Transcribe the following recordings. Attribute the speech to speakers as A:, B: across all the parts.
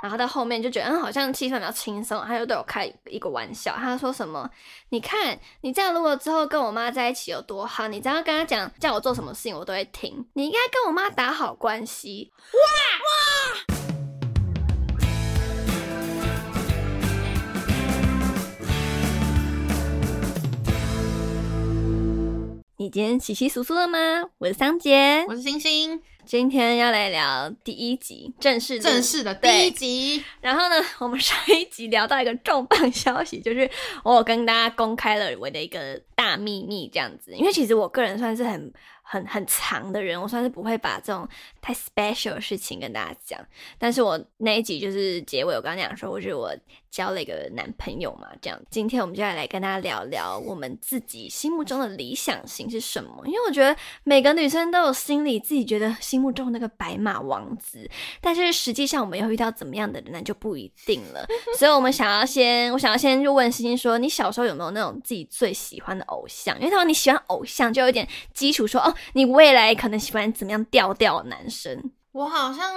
A: 然后到后面就觉得，嗯，好像气氛比较轻松，他就对我开一个玩笑，他说什么，你看你这样如果之后跟我妈在一起有多好，你只要跟她讲叫我做什么事情我都会听，你应该跟我妈打好关系。哇哇！你今天洗洗簌簌了吗？我是桑杰，
B: 我是星星，
A: 今天要来聊第一集正式录
B: 正式的第一集，
A: 然后呢，我们上一集聊到一个重磅消息，就是我有跟大家公开了我的一个大秘密，这样子。因为其实我个人算是很很很长的人，我算是不会把这种太 special 的事情跟大家讲。但是我那一集就是结尾，我刚刚讲说，我是我交了一个男朋友嘛，这样。今天我们就要来跟大家聊聊我们自己心目中的理想型是什么，因为我觉得每个女生都有心里自己觉得心目中那个白马王子，但是实际上我们要遇到怎么样的人，那就不一定了。 所以我们想要先，我想要先就问欣欣说，你小时候有没有那种自己最喜欢的偶像？因为他说你喜欢偶像，就有点基础说，哦，你未来可能喜欢怎么样调调的男生。
B: 我好像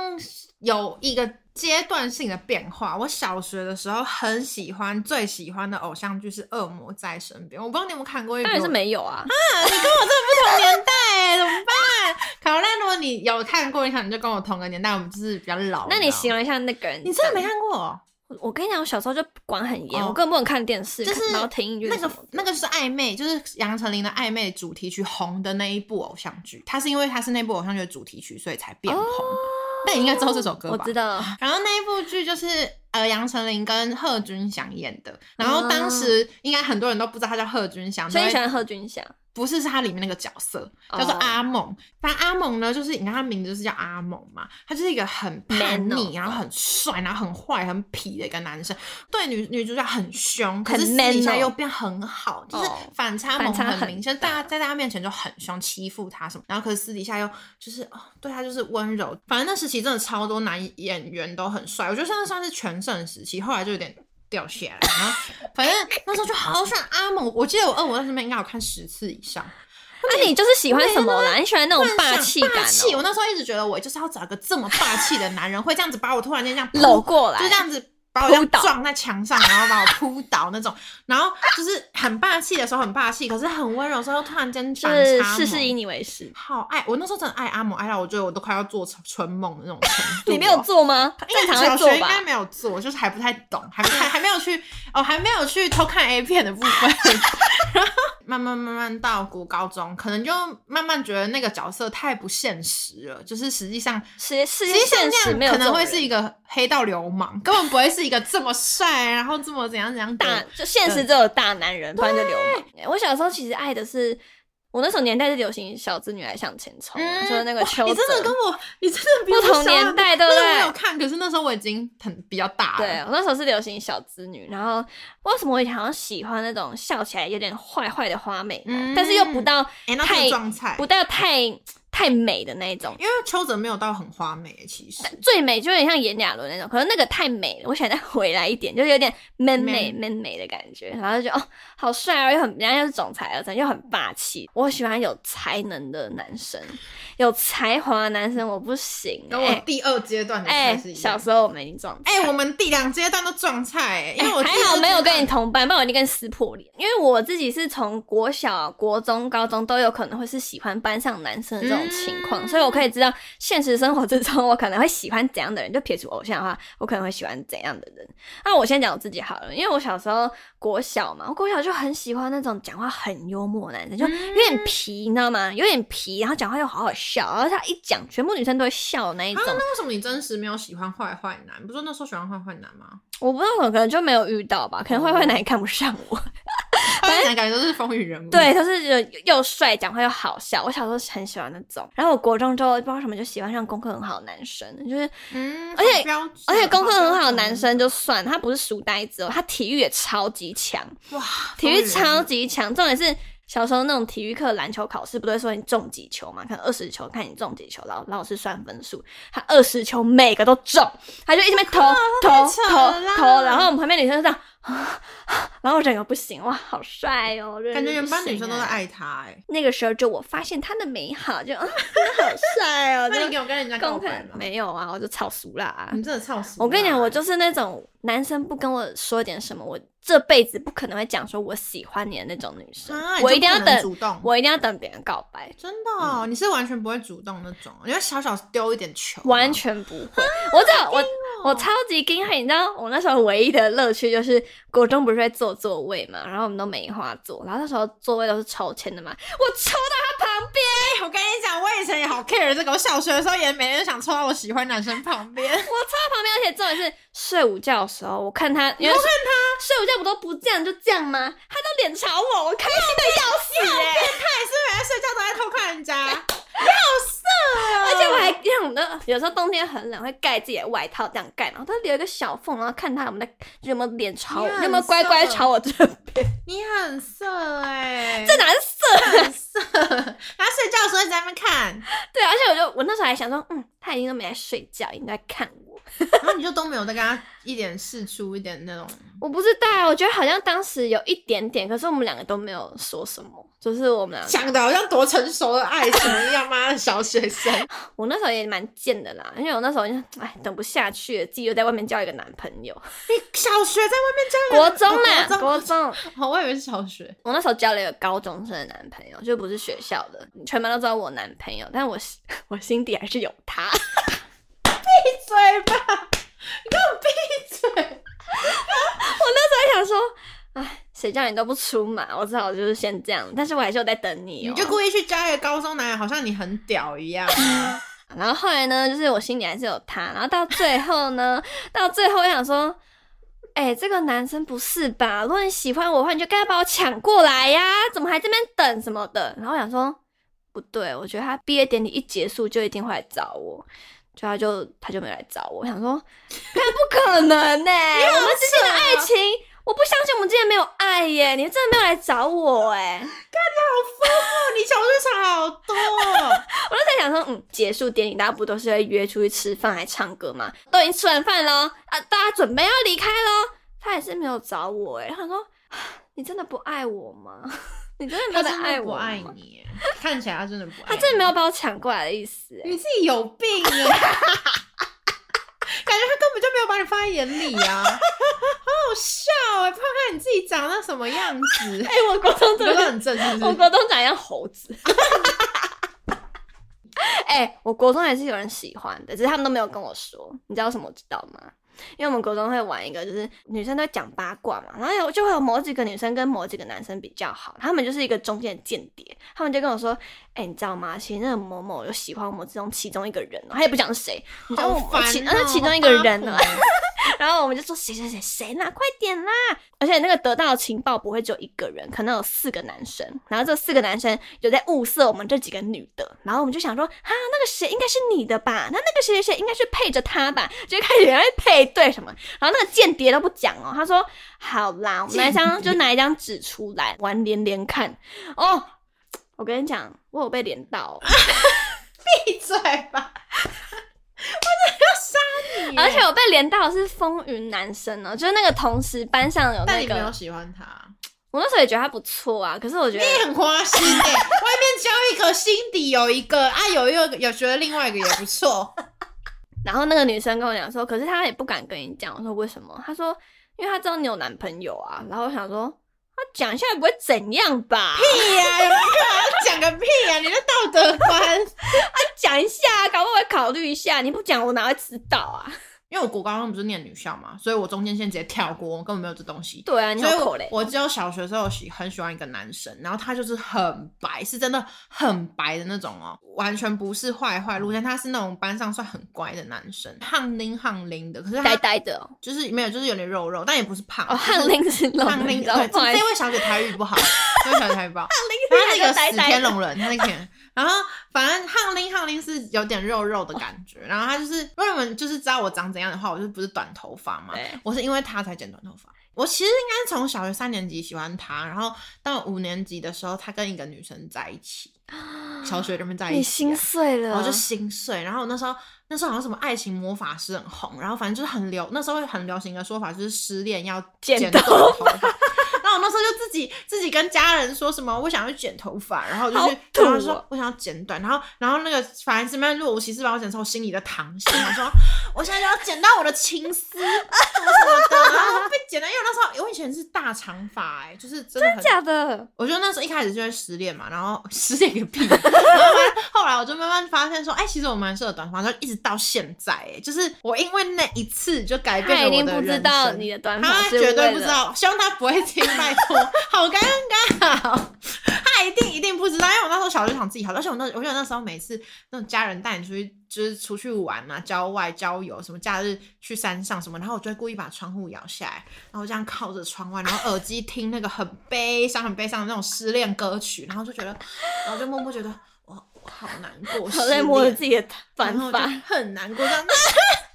B: 有一个阶段性的变化。我小学的时候很喜欢，最喜欢的偶像剧是《恶魔在身边》，我不知道你有没有看过一部。
A: 当然是没有啊，
B: 同年代，怎么办？卡罗拉，如果你有看过一场，你就跟我同个年代，我们就是比较老。
A: 那你
B: 知
A: 形
B: 道吗？
A: 容一下那个人？
B: 啊你真的没看过？
A: 我？我跟你讲，我小时候就管很严，
B: 哦
A: 我根本不能看电视，
B: 就是
A: 然后听音乐
B: 那
A: 什么
B: 个
A: 的。
B: 那个就是暧昧，就是杨丞琳的暧昧主题曲红的那一部偶像剧，它是因为它是那部偶像剧的主题曲，所以才变红。但你应该知道这首歌
A: 哦我
B: 吧啊
A: 知？道，
B: 然后那一部剧就是呃杨丞琳跟贺军翔演的，然后当时应该很多人都不知道他叫贺军翔，
A: 哦所以你
B: 都会
A: 喜欢贺军翔？
B: 不是是他里面那个角色叫做啊
A: 哦
B: 阿猛，但阿猛呢，就是你看他名字就是叫阿猛嘛，他就是一个很叛
A: Man 哦
B: 逆，然后很帅，然后很坏、很痞的一个男生，对女女主角很凶，可
A: 很
B: 是私
A: man
B: 底下
A: 哦
B: 又变很好，就是
A: 哦
B: 反差
A: 反
B: 萌
A: 差很
B: 很明显，大家在大家面前就很凶，欺负他什么，然后可是私底下又就是哦，对他就是温柔，反正那时期真的超多男演员都很帅，我觉得算算是全盛时期，后来就有点。掉下来，然后反正那时候就好喜欢阿猛，我记得我呃二我在那边应该有看十次以上，
A: 那、你就是喜欢什么啦？你喜欢那种霸气感
B: 霸气！我
A: 哦，
B: 那时候一直觉得，我就是要找一个这么霸气的男人，会这样子把我突然间这样扑
A: 搂，过来，
B: 就这样子把我
A: 扑
B: 这样
A: 倒
B: 撞在墙上，然后把我扑倒那种。然后就是很霸气的时候很霸气，可是很温柔的时候又突然间
A: 就
B: 反
A: 是
B: 差
A: 事事以
B: 萌。
A: 你为师。
B: 好爱我那时候真的爱阿姆，爱到我觉得我都快要做春春梦的那种程 度。
A: 你没有
B: 哦
A: 做吗？正
B: 因为
A: 常会
B: 小
A: 做
B: 学应
A: 吧？
B: 该没有做，就是还不太懂，还不太还没有去哦，还没有去偷看 A 片的部分。 然后慢慢慢慢到国高中，可能就慢慢觉得那个角色太不现实了，就是实际上
A: 实世
B: 实
A: 界
B: 际上
A: 现实
B: 这
A: 没有
B: 样
A: 这
B: 可能
A: 种
B: 会
A: 人
B: 是一个黑道流氓，根本不会是一个这么帅，然后这么怎样怎样
A: 大
B: 的。，
A: 就现
B: 嗯
A: 实只有大男人，不然就流氓。我小时候其实爱的是。我那时候年代是流行《小资女孩向前冲》啊，就是那个
B: 嗯哇
A: 邱
B: 你真的
A: 泽
B: 跟我，你真的比我
A: 不同
B: 小
A: 年
B: 很
A: 代
B: 多
A: 对不
B: 那个
A: 对
B: 我有看，可是那时候我已经很比较大了。
A: 对，哦我那时候是流行小资女，然后为什么我以前好像喜欢那种笑起来有点坏坏的花美男，
B: 嗯
A: 但是又不到
B: 哎，那
A: 太
B: 个状态
A: 不，到太太美的那一种，
B: 因为邱泽没有到很花美，其实。
A: 最美就有点像炎亚纶那种，可能那个太美了，我想再回来一点，就是有点闷美闷美的感觉，然后就觉得哦，好帅哦，又很人家又是总裁儿子，又很霸气。我喜欢有才能的男生，有才华的男生我不行、
B: 跟我
A: 欸。
B: 第二阶段的
A: 哎、
B: 才是一
A: 小
B: 样。
A: 时候我们已经撞菜
B: 哎、我们第两阶段都撞菜、哎因为我、
A: 还好没有跟你。同班，不然我一定跟你撕破脸。因为我自己是从国小、国中、高中都有可能会是喜欢班上男生的这种情况，
B: 嗯
A: 所以我可以知道现实生活之中我可能会喜欢怎样的人。就撇除偶像的话，我可能会喜欢怎样的人。那我先讲我自己好了，因为我小时候国小嘛，我国小就很喜欢那种讲话很幽默的男生，就有点皮，你知道吗？有点皮，然后讲话又好好笑，然后他一讲，全部女生都会笑的那一
B: 啊，
A: 种。
B: 那为什么你真实没有喜欢坏坏男？你不是说那时候喜欢坏坏男吗？
A: 我不知道，我可能就没有遇到吧，可能坏坏男也看不上我。
B: 坏坏男感觉都是风云人物。，
A: 对，他是又又帅，讲话又好笑。我小时候很喜欢那种，然后我国中之后不知道为什么就喜欢上功课很好的男生，就是
B: 嗯，
A: 而且
B: 好标准
A: 而且功课很好的男，
B: 好
A: 生就算他不是书呆子哦，他体育也超级强，
B: 标准哇，
A: 体育
B: 风云人
A: 超
B: 物
A: 级强，重点是。小时候那种体育课篮球考试不都会说你中几球嘛？看二十球，看你中几球，老老师算分数。他二十球每个都中，他就一直在投投
B: 啊扯
A: 投
B: 了啦
A: 投，然后我们旁边女生就这样 然后我整个不行，哇，好帅哦！真的
B: 感觉
A: 不
B: 原班女
A: 行
B: 生都在
A: 哎
B: 爱他哎、
A: 那个时候就我发现他的美好， 就、啊、好帅哦！
B: 那你
A: 就
B: 给我跟人家告
A: 公
B: 白
A: 开
B: 吗？嗯
A: 没有啊，我就草俗啦、
B: 你真的操死！
A: 我跟你讲，我就是那种男生不跟我说点什么，我这辈子不可能会讲说我喜欢你的那种女生。
B: 啊，你
A: 我
B: 就
A: 一定
B: 不
A: 要
B: 能
A: 等，
B: 主动，
A: 我一定要等别人告白，
B: 真的哦、你是完全不会主动那种，你会小小丢一点球，
A: 完。全不会。我知道，我
B: 哦
A: 我超级惊骇，你知道，我那时候唯一的乐趣就是国中不是会坐座位嘛，然后我们都没话坐，然后那时候座位都是抽签的嘛，我抽到他旁边，
B: 我跟你讲，我以前也好 care 这个，我小学的时候也每天都想凑到我喜欢男生旁边。
A: 我抽到旁边，而且重点是睡午觉的时候，我看他，因为看他睡午觉不都不这样就这样吗？他都脸朝我，我开心的要死、欸。
B: 每次每天睡觉都在偷看人 家，哦
A: 而且我还因为我们的有时候冬天很冷，会盖自己的外套这样盖，然后它留一个小缝，然后看它有没有就有没有脸朝我，
B: 你很
A: 有没有乖乖朝我这边，
B: 你很色哎、
A: 这哪是色？
B: 很色。然后睡觉的时候一直在那边看，
A: 对，啊而且我就我那时候还想说，嗯，他已经都没在睡觉，一定在看我。
B: 然后你就都没有再跟他一点试出一点那种。
A: 我不知道，我觉得好像当时有一点点，可是我们两个都没有说什么，就是我们两个，
B: 讲的好像多成熟的爱情一样，妈的 小学生。
A: 我那时候也蛮贱的啦，因为我那时候就哎等不下去了，自己又在外面交一个男朋 友，
B: 小学在外面
A: 哦
B: 交
A: 国中啊啦，
B: 哦
A: 国中，
B: 哦，我以为是小学。
A: 我那时候交了一个高中生的男朋友，就不是学校的，全班都知道我男朋友，但我心 我心底还是有他。
B: 嘴吧， 你给我闭嘴！
A: 我还想说，哎，谁叫你都不出马，我只好就是先这样。但是我还是有在等你、哦。
B: 你就故意去加一个高中男友，好像你很屌一 样。
A: 然后后来呢，就是我心里还是有他。然后到最后呢，到最后我想说，哎、这个男生不是吧？如果你喜欢我的话，你就该把我抢过来呀、怎么还这边等什么的？然后我想说，不对，我觉得他毕业典礼一结束就一定会来找我。就他就他就没来找我，我想说，那不可能呢、我们之间
B: 啊
A: 的爱情，我不相信我们之间没有爱耶，你真的没有来找我哎、
B: 你小剧场好多、哦，
A: 我就在想说，嗯，结束典礼大家不都是会约出去吃饭还唱歌吗？都已经吃完饭喽，啊，大家准备要离开喽，他也是没有找我哎、欸，他说 你真的不爱我吗？ 你真的没有在爱
B: 不
A: 我吗
B: 爱你耶？看起来他真的不爱。
A: 他真的没有把我抢过来的意思哎、
B: 你自己有病耶！感 觉他根本就没有把你放在眼里啊，好好笑哎！胖看你自己长到什么样子，
A: 哎、我国中
B: 你
A: 怎
B: 都
A: 么
B: 很正是不
A: 我
B: 是？
A: 国中长得像猴 子。哎、我国中也是有人喜欢的，只是他们都没有跟我说。你知道什么？我知道吗？因为我们国中会玩一个，就是女生都会讲八卦嘛，然后有就会有某几个女生跟某几个男生比较好，他们就是一个中间的间谍。他们就跟我说：“哎、你知道吗？其实那个某某有喜欢我们其中其中一个人、哦，他也不讲是谁，你知道
B: 好
A: 我
B: 烦
A: 们其呃
B: 哦
A: 那是其中一个人呢、
B: 好八
A: 然后我们就说谁谁谁谁啦，快点啦！而且那个得到的情报不会只有一个人，可能有四个男生。然后这四个男生有在物色我们这几个女的，然后我们就想说，啊，那个谁应该是你的吧？那那个谁谁谁应该是配着他吧？就开始在配对什么。然后那个间谍都不讲哦，他说好啦，我们拿一张就拿一张纸出来玩连连看哦。我跟你讲，我有被连到、哦，
B: 闭嘴 吧！我真的要杀你耶！
A: 而且我被连到的是风云男生哦，就是那个同时班上有
B: 但
A: 那
B: 你没有
A: 个，
B: 喜欢他。
A: 我那时候也觉得他不错啊，可是我觉得
B: 你很花心哎、 外面交一个，心底有一个，啊，有一个有觉得另外一个也不 错，
A: 然后那个女生跟我讲说，可是她也不敢跟你讲。我说为什么？她说因为她知道你有男朋友啊。然后我想说，她讲一下也不会怎样吧？
B: 屁哎呀、有人跟我讲个屁呀、你的道德观。
A: 她讲一下，搞不好我会考虑一下。你不讲，我哪会知道啊？
B: 因为我国高中不是念女校嘛，所以我中间线直接跳过，我根本没有这东西。
A: 对啊，你
B: 所以
A: 好
B: 我
A: 口嘞，
B: 我只有小学时候喜很喜欢一个男生，然后他就是很白，是真的很白的那种哦，完全不是坏坏路线，他是那种班上算很乖的男生，憨灵憨灵的，可是
A: 呆
B: 他
A: 呆的哦。
B: 就是没有，就是有点肉肉，但也不是胖，
A: 哦，
B: 就是
A: 翰林是龙
B: 翰林
A: 你知
B: 对，
A: 道吗？不好
B: 这
A: 意思
B: 这位小姐台语 不好，这位小姐台语不好。
A: 这
B: 她那
A: 两
B: 个
A: 呆
B: 死
A: 呆
B: 天
A: 的。
B: 龙人，她那个天，然后反正翰林翰林是有点肉肉的感觉，然后她就是，因为你们就是知道我长怎样的话，我就是不是短头发嘛，
A: 对
B: 我是因为她才剪短头发。我其实应该是从小学三年级喜欢他，然后到五年级的时候，他跟一个女生在一起，小学就没在一
A: 你
B: 起啊、
A: 心碎了，
B: 然后就心碎。然后那时候那时候好像什么爱情魔法师很红，然后反正就是很流，那时候很流行的说法就是失恋要
A: 剪
B: 剪
A: 头
B: 头发。然后我那时候就自己自己跟家人说什么，我想要剪头发，然后我就去
A: 好，土哦
B: 然后说我想要剪短，然后然后那个法兰西曼若无其事把我剪成我心里的糖心，我说我现在就要剪到我的情丝 什么什么的，然后被剪了，因为我那时候我以前是大长发、哎，就是真的很
A: 假的，
B: 我觉得那时候一开始就会失恋嘛，然后 失恋个屁！然后慢慢后来我就慢慢发现说，哎、其实我蛮适合短发，就一直到现在、哎，就是我因为那一次就改变
A: 他
B: 了
A: 一
B: 我
A: 定
B: 的
A: 不
B: 人
A: 知
B: 生。
A: 道你的短发
B: 他
A: 是
B: 绝对
A: 为
B: 不知
A: 了，
B: 道，希望他不会听，拜 托，好尴尬、哦。他一定一定不知道，因为我那时候小就想自己好，而且我那我记得那时候每次那种家人带你出去，就是出去玩啊，郊外郊游，什么假日去山上什么，然后我就会故意把窗户摇下来，然后这样靠着窗外，然后耳机听那个很悲伤、很悲伤的那种失恋歌曲，然后 就觉得，然后就默默觉得我我好难过，
A: 我在摸着自
B: 己
A: 己的短
B: 然后就
A: 发。
B: 很难过，这样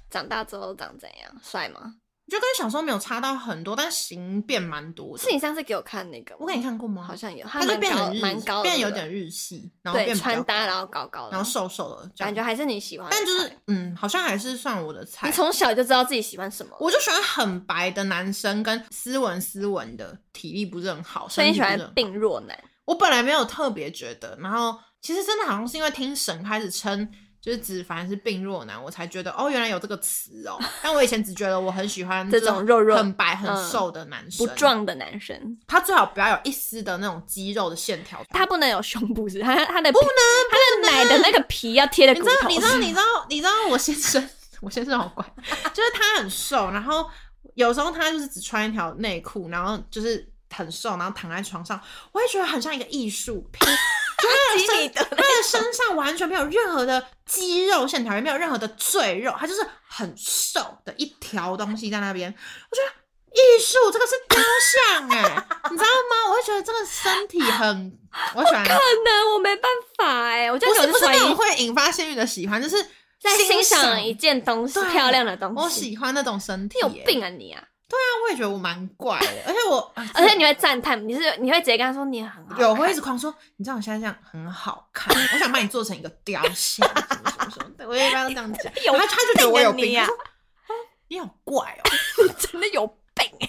A: 长大之后长怎样？帅吗？
B: 就跟小时候没有差到很多，但型变蛮多的。
A: 是你上次给我看那个吗，
B: 我给你看过吗？
A: 好像有，
B: 它就
A: 蛮
B: 变
A: 高
B: 很日，
A: 蛮高的，
B: 变有
A: 对不对
B: 点日系，然后
A: 对
B: 变比较
A: 穿搭，
B: 高
A: 然后高高的，
B: 然后瘦瘦的，这样
A: 感觉还是你喜欢的菜，
B: 但就是嗯，好像还是算我的菜
A: 你。从小就知道自己喜欢什么，
B: 我就喜欢很白的男生，跟斯文斯文的，体力不是很好，
A: 所以你
B: 身体
A: 喜
B: 不是很
A: 欢
B: 好。
A: 病弱男。
B: 我本来没有特别觉得，然后其实真的好像是因为听神开始称。就是子凡是病弱男，我才觉得哦，原来有这个词哦。但我以前只觉得我很喜欢
A: 这种肉肉
B: 很白、很
A: 嗯
B: 瘦的男
A: 不
B: 生，
A: 壮的男生，
B: 他最好不要有一丝的那种肌肉的线条。
A: 他不能有胸部是，他他的不能，他的奶的那个皮要贴的
B: 你
A: 骨
B: 知道，
A: 头
B: 你知道，你知道，你知道我先生，我先生好乖， 就是他很瘦，然后有时候他就是只穿一条内裤，然后就是很瘦，然后躺在床上，我会觉得很像一个艺术品。就是他的身，他的身上完全没有任何的肌肉线条，也没有任何的赘肉，他就是很瘦的一条东西在那边。我觉得艺术这个是雕像哎、你知道吗？我会觉得这个身体很，我喜欢。
A: 可能我没办法哎、我就
B: 不
A: 有
B: 是
A: 的
B: 不是
A: 怀
B: 那种
A: 疑，
B: 会引发性欲的喜欢，就是
A: 在欣赏
B: 赏
A: 一件东西
B: 对
A: 漂亮的东
B: 我
A: 西，
B: 喜欢那种身体、
A: 你有
B: 欸
A: 病啊你啊！
B: 但我也觉得我蛮怪的，而且我，
A: 而且你会赞叹，你是你会直接跟他说你很好看，
B: 有会一直狂说，你知道我现在这样很好 看，我想把你做成一个雕像，什么什么什么，对我也一般这样讲，
A: 有啊
B: 然后他就觉得我有病，
A: 病啊
B: 他说哦你好怪哦、
A: 真的有病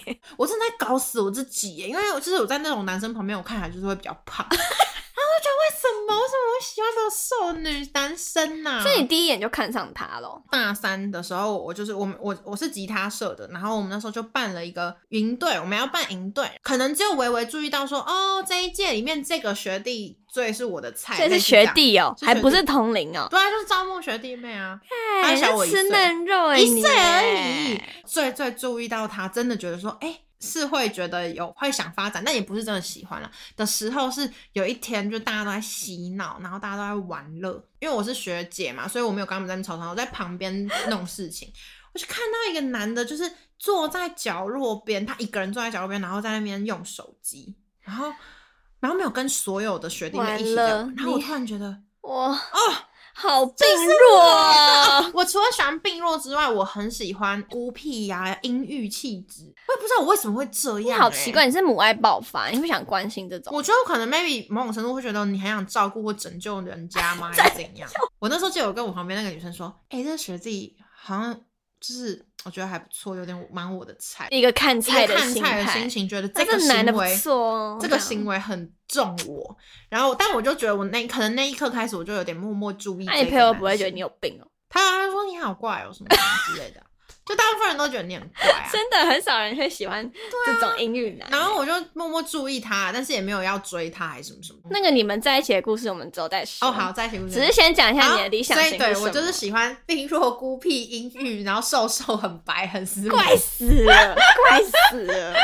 A: 哎、
B: 我正在搞死我自己耶，因为我就是我在那种男生旁边，我看起来就是会比较 胖。然后我就觉得为什么为什么我喜欢这种瘦女男生呐、
A: 所以你第一眼就看上他了，
B: 大三的时候，我就是我们我我是吉他社的，然后我们那时候就办了一个营队，我们要办营队，可能只有微微注意到说，哦，这一届里面这个学弟最哎是我的菜，
A: 所以
B: 类
A: 是
B: 似这
A: 学
B: 样，
A: 弟哦、
B: 是学弟
A: 还不是同龄哦、
B: 对啊，就是招募学弟妹啊，
A: 哎，
B: 他小我
A: 是
B: 一
A: 吃
B: 岁
A: 嫩肉哎、
B: 一
A: 你
B: 岁而已，最最注意到他，真的觉得说，哎、是会觉得有会想发展，但也不是真的喜欢了的时候，是有一天就大家都在洗脑，然后大家都在玩乐，因为我是学姐嘛，所以我没有跟他们在那边吵吵，我在旁边弄事情。我就看到一个男的，就是坐在角落边，他一个人坐在角落边，然后在那边用手机，然后然后没有跟所有的学弟妹一起
A: 完
B: 在
A: 了
B: 玩，然后我
A: 你
B: 突然觉得。
A: 哇
B: 哦，
A: 好病弱啊！
B: 我除了喜欢病弱之外，我很喜欢孤僻呀、阴郁气质。我也不知道我为什么会这
A: 你
B: 样、欸
A: 好奇。怪，你是母爱爆发，你会想关心这种？
B: 我觉得我可能 maybe 某种程度会觉得你很想照顾或拯救人 家吗，还是怎样？我那时候就有跟我旁边那个女生说：“哎、这个学弟好像就是我觉得还不错，有点蛮我的菜。”
A: 一个看菜的
B: 看
A: 心
B: 菜的
A: 态，
B: 心情，觉得
A: 那
B: 这个
A: 男的
B: 行
A: 不
B: 为
A: 错哦，
B: 这个行为很中我，然后但我就觉得我那可能那一刻开始我就有点默默注意。
A: 那你朋友不会觉得你有病哦？
B: 他说你好怪哦、什么什么之类的， 就大部分人都觉得你很怪啊。
A: 真的很少人会喜欢这种英语男。
B: 然后我就默默注意他，但是也没有要追他还是什么什么。
A: 那个你们在一起的故事，我们之后再说。
B: 哦，好，，再写故事。
A: 只是先讲一下
B: 好
A: 你的理想
B: 所
A: 型
B: 以对
A: 什
B: 我
A: 么
B: 就是喜欢病弱、孤僻、阴郁，然后瘦瘦、很白、很斯文。
A: 怪死了，怪死了。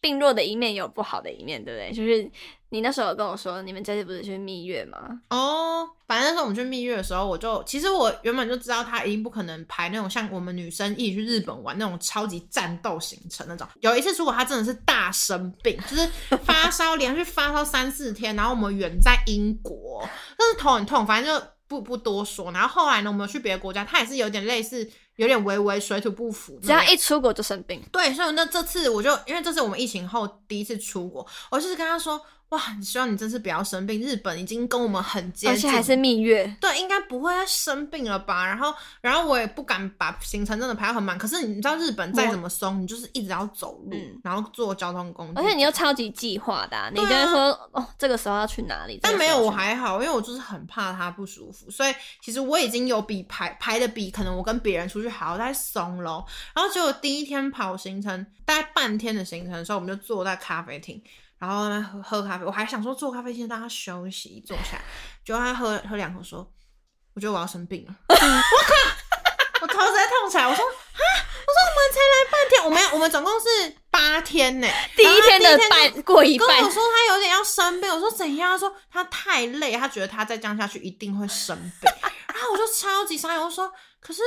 A: 病弱的一面也有不好的一面，对不对？就是你那时候有跟我说，你们这次不是去蜜月吗？
B: 哦，反正那时候我们去蜜月的时候，我就其实我原本就知道他一定不可能排那种像我们女生一起去日本玩那种超级战斗行程那种。有一次出国，他真的是大生病，就是发烧，连续发烧三四天，然后我们远在英国，但是头很痛，反正就不不多说。然后后来呢，我们有去别的国家，他也是有点类似。有点微微水土不服那
A: 只
B: 样。
A: 要一出国就生病。
B: 对，所以那这次我就因为这次我们疫情后第一次出国，我就是跟他说，哇，希望你这次不要生病，日本已经跟我们很接近，
A: 而且还是蜜月，
B: 对，应该不会再生病了吧？然后，然后我也不敢把行程真的排得很满。可是你知道日本再
A: 我
B: 怎么松，你就是一直要走路，
A: 嗯
B: 然后坐交通工具。
A: 而且你又超级计划的啊、你就会说、哦，这个时候要去哪里？
B: 但
A: 这个
B: 没
A: 时候
B: 有，我
A: 要去哪里
B: 还好，因为我就是很怕他不舒服，所以其实我已经有比排排的比可能我跟别人出去还要再松咯。然后结果第一天跑行程，大概半天的行程的时候，我们就坐在咖啡厅，然后呢喝喝咖啡。我还想说坐咖啡先让他休息坐下，结果他喝喝两口说，我觉得我要生病了， 我靠，我头直接痛起来，我说。啊！我说我们才来半天，我们我们总共是八天呢、
A: 第
B: 然后
A: 一
B: 他
A: 天的半过一
B: 跟
A: 半
B: 我，说他有点要生病，我说怎样？他说他太累，他觉得他再这样下去一定会生 病。然后我就超级傻眼，我说可是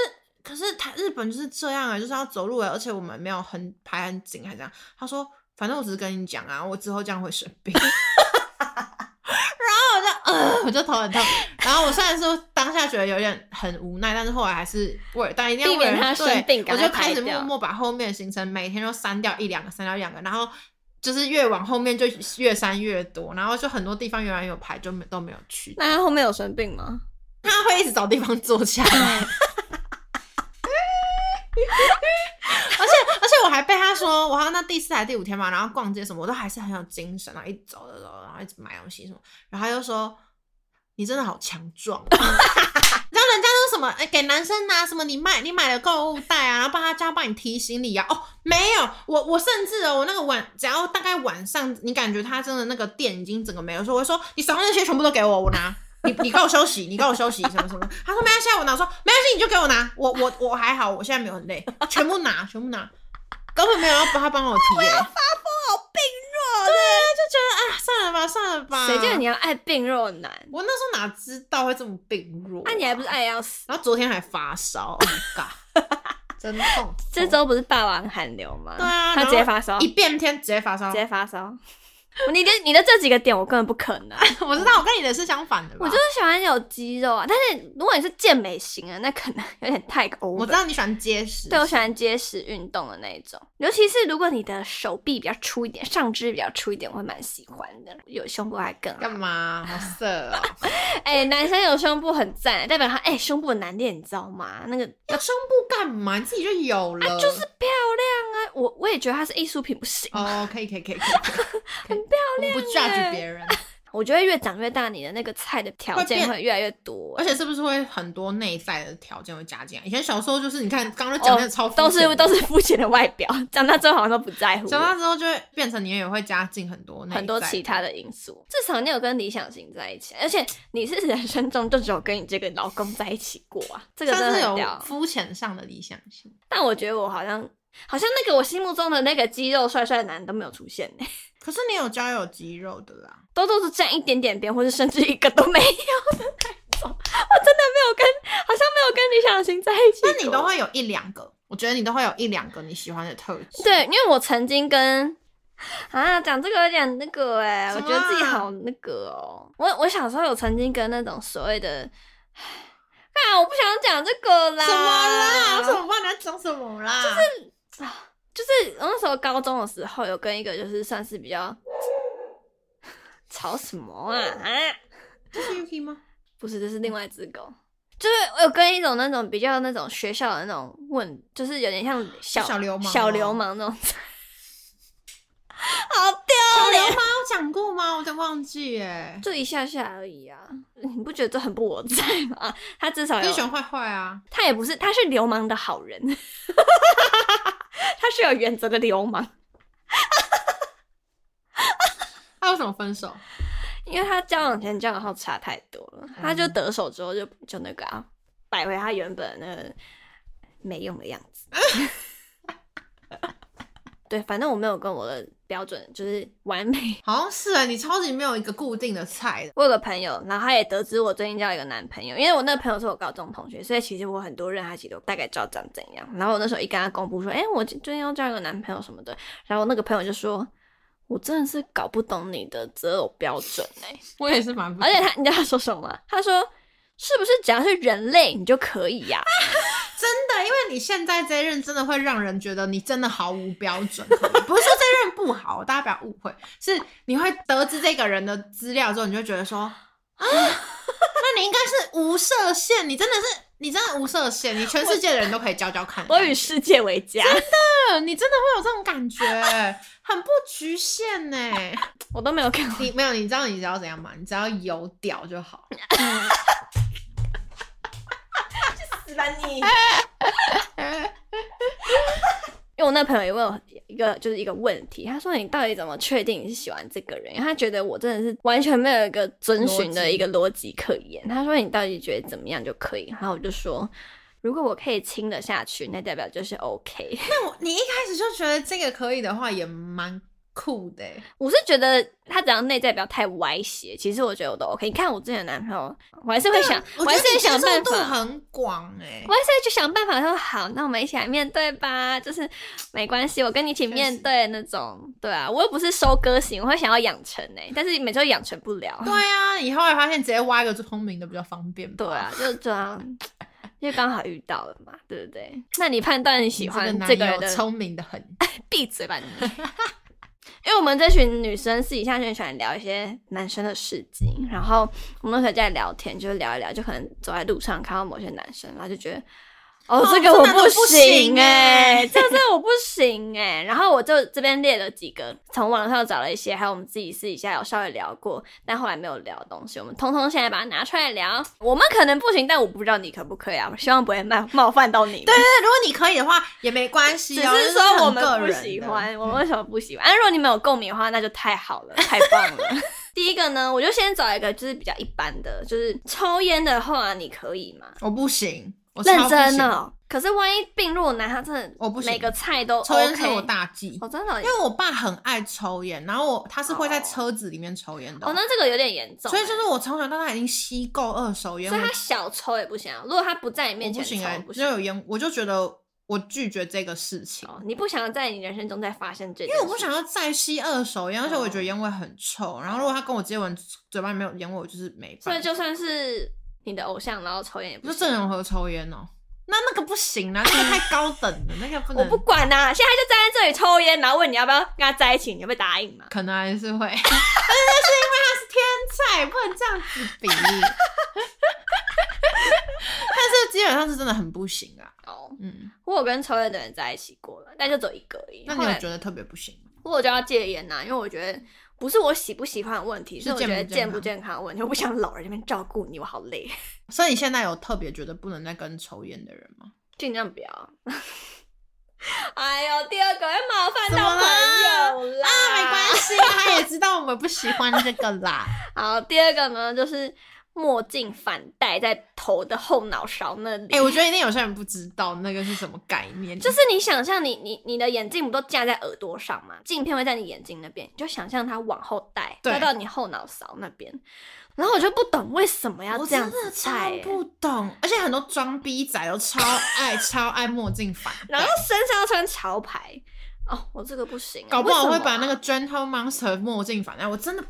B: 可是他日本就是这样啊，就是要走路啊，而且我们没有很排很紧还这样。他说反正我只是跟你讲啊，我之后这样会生 病。然后我就呃，我 就头很痛。然后我虽然说当下觉得有点很无奈，但是后来还是为，但一定要
A: 避免
B: 为了
A: 他生
B: 对
A: 病赶
B: 我
A: 快
B: 就开
A: 排
B: 始默
A: 掉
B: 默把后面的行程每天都删掉一两个，删掉一两个，然后就是越往后面就越删越多，然后就很多地方原来有排就没都没有去，
A: 那他后面有生病吗？
B: 他会一直找地方坐下来。 而且而且我还被他说，我好像那第四还第五天嘛，然后逛街什么，我都还是很有精神，啊然后一直走走走，然后一直买东西什么，然后他就说你真的好强壮哦。 你知道人家那个什么，哎、给男生拿、什么，你买你买了购物袋啊，然后帮他叫他帮你提行李啊。哦，没有，我我甚至哦，我那个晚，只要大概晚上，你感觉他真的那个店已经整个没有，说我说你手上那些全部都给我，我拿。你你给我休息，你给我休息，什么什么？他说没关系啊，我拿。我说没关系，你就给我拿。我我我还好，我现在没有很累，全部拿，全部拿，根本没有要帮他帮我提、欸。
A: 好病
B: 对，就觉得啊，算了吧，算了吧。
A: 谁叫你要爱病肉男？
B: 我那时候哪知道会这么病弱、
A: 啊那、你还不是爱要死？
B: 然后昨天还发烧，Oh my god，真 痛！
A: 这周不是霸王寒流吗？
B: 哦对啊，
A: 他直接发烧，
B: 一
A: 直
B: 变天直接发烧。
A: 接发烧。 你的你的这几个点我根本不可能，啊
B: 我知道，我跟你的是相反的吧？
A: 我就是喜欢有肌肉啊。但是如果你是健美型的，那可能有点太 over。
B: 我知道你喜欢结实，
A: 对我喜欢结实运动的那一种，尤其是如果你的手臂比较粗一点，上肢比较粗一点，我会蛮喜欢的。有胸部还更好
B: 干嘛？好色哦！
A: 哎、男生有胸部很赞，代表他哎、胸部很难练，你知道吗？那个
B: 要胸部干嘛？你自己就有了。
A: 啊就是漂亮啊，我我也觉得它是艺术品，不行。
B: 哦，可以可以可以，可以 很漂亮。我们不 judge 别人，
A: 我觉得越长越大，你的那个菜的条
B: 会
A: 件
B: 变
A: 会越来越多，
B: 而且是不是会很多内在的条件会加进来？以前小时候就是你看，刚刚就讲那个超肤
A: 哦都
B: 浅
A: 是
B: 的
A: 都是肤浅的外表，长大之后好像都不在乎
B: 长大之后就会变成你也会加进很多内
A: 很多
B: 在
A: 其他的因素。至少你有跟理想型在一起，而且你是人生中就只有跟你这个老公在一起过啊，这个真
B: 算
A: 的
B: 是
A: 很
B: 有
A: 屌。
B: 肤浅上的理想型。
A: 但我觉得我好像好像那个我心目中的那个肌肉帅帅的男人都没有出现呢、
B: 可是你有交友肌肉的啦，
A: 都都是占一点点边，或是甚至一个都没有的那种。我真的没有跟，好像没有跟理想型在一起过。
B: 那你都会有一两个，我觉得你都会有一两个你喜欢的特质。
A: 对，因为我曾经跟啊讲这个有点那个哎、
B: 什
A: 我
B: 么
A: 觉得自己
B: 啊
A: 好那个哦、我我小时候有曾经跟那种所谓的， 啊，我不想讲这个啦，
B: 什么啦？
A: 啊
B: 我怎么办？你在讲什么啦？就是
A: 就是我那时候高中的时候有跟一个就是算是比较吵什么啊啊。
B: 这是 Yuki 吗？
A: 不是，这是另外一只狗。就是我有跟一种那种比较那种学校的那种问，就是有点像小
B: 小流氓哦
A: 小
B: 吗
A: 流氓那种， 好丢
B: 小流
A: 脸，
B: 氓有讲过吗？我有点忘记耶。
A: 就一下下而已啊！ 你不觉得这很不我在吗？ 他至少
B: 你
A: 有
B: 喜，欢坏坏啊？
A: 他也不是，他是流氓的好人， 他是有原则的流氓，
B: 啊他为什么分手？
A: 因为他交往前交往后差太多了，他就得手之后就就那个啊，摆回他原本那个没用的样子。 对，反正我没有跟我的标准就是完美。
B: 好像是哎，你超级没有一个固定的菜的。
A: 我有个朋友，然后他也得知我最近交了一个男朋友，因为我那个朋友是我高中同学，所以其实我很多认他，其实都大概知道长怎样。然后我那时候一跟他公布说，哎、我最近要交一个男朋友什么的，然后那个朋友就说，我真的是搞不懂你的择偶标准哎、
B: 我也是蛮不，
A: 而且他，你知道他说什么吗？他说：“是不是只要是人类，你就可以呀、
B: 真的对，因为你现在这一任真的会让人觉得你真的毫无标准，不是说这任不好，大家不要误会，是你会得知这个人的资料之后，你就觉得说啊，那你应该是无射线，你真的是。你真的无射线，你全世界的人都可以教教看。
A: 我与世界为家，
B: 嗯你真的会有这种感觉，很不局限呢。
A: 我都没有看过。
B: 你没有，你知道你知道怎样吗？你只要有屌就好。
C: 死吧你！
A: 因为我那朋友也问我一个就是一个问题，他说你到底怎么确定你是喜欢这个人？因为他觉得我真的是完全没有一个遵循的一个逻辑可言。他说你到底觉得怎么样就可以？然后我就说，如果我可以亲得下去，那代表就是 OK。
B: 那我你一开始就觉得这个可以的话，也蛮酷的欸。
A: 我是觉得他只要内在不要太歪斜，其实我觉得我都 OK。你看我之前的男朋友，我还是会想，
B: 啊我
A: 还
B: 觉
A: 是
B: 得
A: 会
B: 你
A: 想
B: 接
A: 办
B: 受度
A: 法。
B: 很广哎、
A: 我还是会去想办法说好，那我们一起来面对吧，就是没关系，我跟你一起面对那种，对啊，我又不是收割型，我会想要养成哎、但是每次都养成不了，
B: 对啊，以后会发现直接挖一个聪明的比较方便。
A: 对，啊，就这样，因为刚好遇到了嘛，对不对？那你判断你喜欢
B: 这
A: 这
B: 个
A: 个
B: 男友
A: 人的，
B: 聪明的很。
A: 闭嘴吧你！ 因为我们这群女生私底下就很喜欢聊一些男生的事情，然后我们那时候在聊天，就是聊一聊，就可能走在路上看到某些男生，然后就觉得。哦
B: 哦，
A: 这个我
B: 这男的不
A: 行
B: 行
A: 哎、
B: 欸
A: 这个真的我不行哎、然后我就这边列了几个，从网上找了一些，还有我们自己私底下有稍微聊过，但后来没有聊的东西，我们通通现在把它拿出来聊。我们可能不行，但我不知道你可不可以啊，我希望不会冒冒犯到你们。
B: 对对对，如果你可以的话也没关系
A: 只
B: 哦、
A: 是
B: 这很
A: 说我
B: 个
A: 们不
B: 人
A: 喜
B: 的
A: 欢， 我们为什么不喜欢？啊，如果你们有共鸣的话，那就太好了，太棒 了。第一个呢，我就先找一个就是比较一般的，就是抽烟的话，你可以吗？
B: 我不行，我超
A: 认
B: 不行
A: 真哦。可是万一病弱男他真的，
B: 我不行
A: 每个菜都 OK,
B: 抽烟是我大忌。
A: 哦，真的哦，
B: 因为我爸很爱抽烟，然后我他是会在
A: 哦
B: 车子里面抽烟的，
A: 哦，那这个有点严重欸，
B: 所以就是我从小到大已经吸够二手烟，
A: 所以
B: 我
A: 他小抽也不行啊。如果他不在你面
B: 我
A: 前
B: 不
A: 抽
B: 行哎、
A: 不
B: 只要有烟，我就觉得我拒绝这个事情，
A: 哦，你不想在你人生中再发生这件事，
B: 因为我不想要再吸二手烟，而且我也
A: 哦
B: 觉得烟味很臭。然后如果他跟我接吻，嘴巴里面有烟味，我就是没
A: 所
B: 办
A: 以
B: 法。
A: 就算是你的偶像，然后抽烟也不
B: 就
A: 行
B: 郑。容和抽烟哦，那那个不行啊，那个太高等了，那个不
A: 我
B: 能。
A: 不管呐、现在就站在这里抽烟，然后问你要不要跟他在一起，你会答应吗？
B: 可能还是会， 但是是因为他是天才，不能这样子比。但是基本上是真的很不行啊，
A: 哦，
B: 嗯，
A: 我有跟抽烟的人在一起过了，但就走一个而已。
B: 那你
A: 后
B: 有
A: 来
B: 觉得特别不行吗？
A: 我就要戒烟呐、因为我觉得不是我喜不喜欢的问题，
B: 是
A: 是我觉得健
B: 健
A: 不
B: 不
A: 健康的问题。我不想老人那边照顾你，我好累，
B: 所以你现在有特别觉得不能再跟抽烟的人吗？
A: 尽量不要。哎呦，第二个要冒犯到
B: 怎么啦
A: 朋友啦，
B: 啊，没关系，他也知道我们不喜欢这个啦。
A: 好，第二个呢就是墨镜反戴在头的后脑勺那里。
B: 哎、我觉得一定有些人不知道那个是什么概念，
A: 就是你想象你你你的眼镜不都架在耳朵上吗？镜片会在你眼睛那边，你就想象它往后戴，
B: 对
A: 戴到你后脑勺那边。然后我就不懂为什么要
B: 我
A: 这样
B: 真
A: 子
B: 的
A: 戴、
B: 超
A: 欸
B: 不懂，而且很多装逼仔都超爱超爱墨镜 反戴，
A: 然后身上要穿潮牌。哦，我这个不行、欸，
B: 搞不好
A: 为什
B: 会
A: 么啊
B: 把那个 Gentle Monster 墨镜反戴，我真的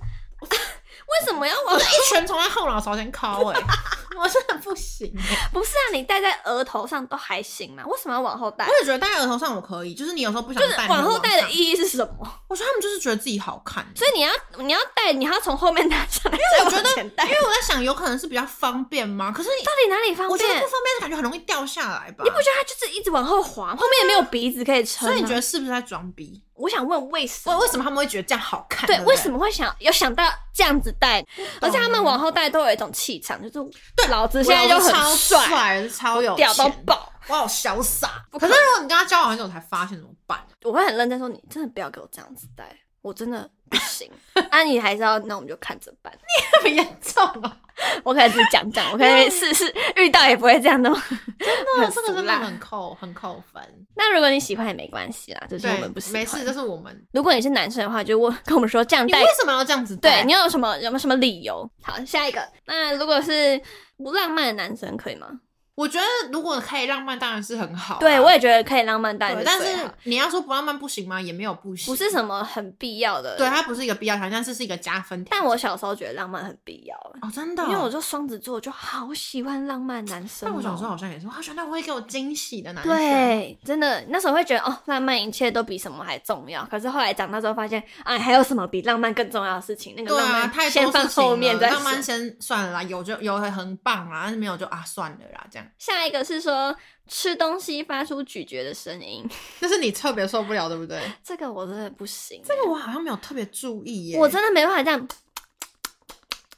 A: 为什么要
B: 我
A: 往
B: 是一拳从他后脑勺先敲哎、 我真的不行、欸。
A: 不是啊？你戴在额头上都还行嘛，为什么要往后戴
B: 我？也觉得戴在额头上我可以，就是你有时候不想
A: 就是
B: 戴，
A: 往
B: 啊你就
A: 后戴的
B: 上
A: 意义是什么？
B: 我觉得他们就是觉得自己好看，
A: 所以你要你要戴，你还要从后面拿下来，因为
B: 我觉得
A: 戴
B: 因为我在想有可能是比较方便吗？可是你
A: 到底哪里方
B: 我觉得
A: 便
B: 不？方便的感觉很容易掉下来吧
A: 你？不觉得它就是一直往后滑，后面也没有鼻子可以撑、啊？
B: 所以你觉得是不是在装逼？
A: 我想问为什
B: 为
A: 么？
B: 为什么他们会觉得这样好看？
A: 对，
B: 不
A: 为什么会想有想到这样子戴？而且他们往后戴都有一种气场，就是对老子现在就
B: 我超
A: 很帅，
B: 帅，超有
A: 屌到
B: 钱，
A: 爆。
B: 我好潇洒。
A: 不
B: 可
A: 可
B: 是如果你跟他交往很久才发现怎么 办？
A: 我会很认真说，你真的不要给我这样子戴，我真的不行。 啊，你还是要，那我们就看着办。
B: 特别严重啊！
A: 我可以自己讲讲，我可以试试，遇到也不会这样的。真
B: 那这个真的很扣，很扣分。
A: 那如果你喜欢也没关系啦，就是我
B: 对
A: 们不，喜欢。
B: 没事，这是我们。
A: 如果你是男生的话，就问跟我们说这样
B: 你
A: 戴
B: 为什么要这样子
A: 对
B: 戴？
A: 你有什么有没有什么理由？好，下一个。那如果是不浪漫的男生可以吗？
B: 我觉得如果可以浪漫，当然是很好啊。
A: 对，我也觉得可以浪漫但
B: 对，但是你要说不浪漫不行吗？也没有不行，
A: 不是什么很必要的。
B: 对，它不是一个必要条件，但是是一个加分条件。
A: 但我小时候觉得浪漫很必要，
B: 哦，真的哦、
A: 因为我就双子座，就好喜欢浪漫男生哦。
B: 但我小时候好像也是，我好喜欢那种会给我惊喜的男生。，
A: 对，真的那时候会觉得哦，浪漫一切都比什么还重要。可是后来长大之后发现，哎，还有什么比浪漫更重要的事情？那个
B: 对
A: 浪
B: 啊，
A: 漫
B: 太
A: 先
B: 多
A: 放
B: 事情
A: 后面
B: 了
A: 再
B: 浪漫
A: 说。
B: 先算了啦，有就有会很棒啦，但是没有就啊算了啦，这样。
A: 下一个是说吃东西发出咀嚼的声音，
B: 这是你特别受不了，对不对？
A: 这个我真的不行欸、
B: 这个我好像没有特别注意耶。
A: 我真的没办法这样。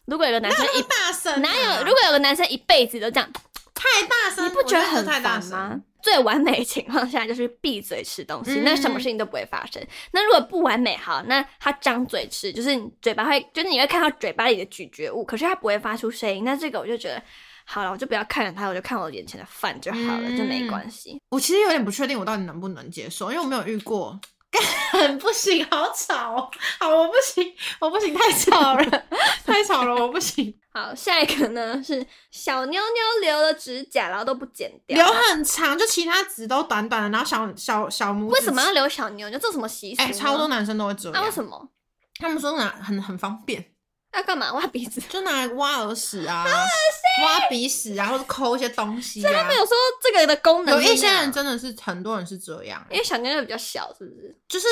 A: 如果有个男生一
B: 大声啊、
A: 哪有？如果有个男生一辈子都这样，
B: 太大声，
A: 你不觉得
B: 我
A: 很
B: 太大
A: 烦
B: 声
A: 吗？？最完美的情况下就是闭嘴吃东西，
B: 嗯
A: 那什么事情都不会发生。那如果不完美，好，那他张嘴吃，就是你嘴巴会，就是你会看到嘴巴里的咀嚼物，可是他不会发出声音。那这个我就觉得，好了，我就不要看着他，我就看我眼前的饭就好了，
B: 嗯
A: 就没关系。
B: 我其实有点不确定我到底能不能接受，因为我没有遇过。很不行，好吵、哦，好我不行，我不行，太吵了，太吵了，我不行。
A: 好，下一个呢是小妞妞留了指甲，然后 都不剪掉，
B: 留很长，就其他指都短短的，然后小小小拇指。
A: 为什么要？留小妞妞？这什么习俗
B: 哎、
A: 呢？啊
B: 超多男生都会这样。
A: 那为什么？
B: 他们说拿很很方便，
A: 要干嘛？挖鼻子？
B: 就拿来挖耳屎啊，挖鼻屎啊，或者抠一些东西啊。
A: 没有说这个的功能
B: 有
A: 是哪，
B: 一些人真的是，很多人是这样，
A: 因为小妞妞比较小，是不是？
B: 就是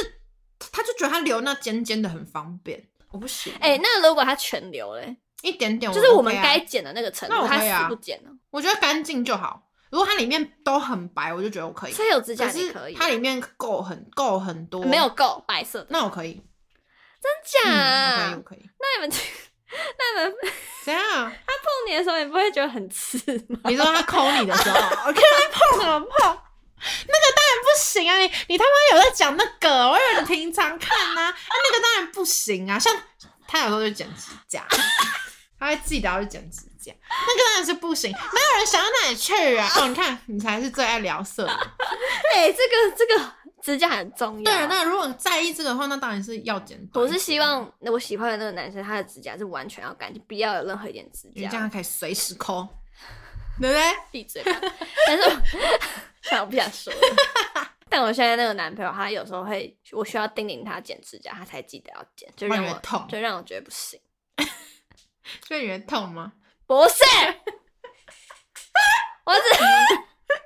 B: 他就觉得他留那尖尖的很方便，我不行。
A: 哎、那如果它全留嘞，
B: 一点点 OK
A: 就
B: 啊，
A: 是我们该剪的那个程度，
B: 那我
A: 它
B: 可以啊
A: 死不剪呢、
B: 我觉得干净就好。如果它里面都很白，我就觉得我可以。
A: 所以有指甲
B: 可
A: 你
B: 是
A: 可以啊，
B: 它里面够很够很多，
A: 没有够白色的，
B: 那我可以，
A: 真假、啊
B: 嗯，我可以，我可以。
A: 那你们那你们
B: 怎样？
A: 碰你的时候，你不会觉得很刺 吗？
B: 你说他抠你的时候， 我看他碰什么碰？那个当然不行啊！你你他妈有在讲那个？我以为你平常看呐、啊，那个当然不行啊！像他有时候就剪指甲， 他会自己聊去剪指甲，那个当然是不行，哪有人想到那里去啊？哦，你看你才是最爱聊色的。
A: 哎、这个这个指甲很重要。
B: 对啊，那如果你在意这个的话，那当然是要剪短
A: 我
B: 一点。
A: 是希望我喜欢的那个男生，他的指甲是完全要干净，不要有任何一点指
B: 因为这
A: 甲
B: 样。可以随时抠， 对不对？
A: 闭嘴吧！ 但是我，算了，我不想说了。 但我现在那个男朋友，他有时候会，我需要叮咛他剪指甲，他才记得要剪，就
B: 不然
A: 让
B: 你
A: 我
B: 会痛
A: 就让我觉得不行。
B: 所以你会痛吗？
A: 不是， 我只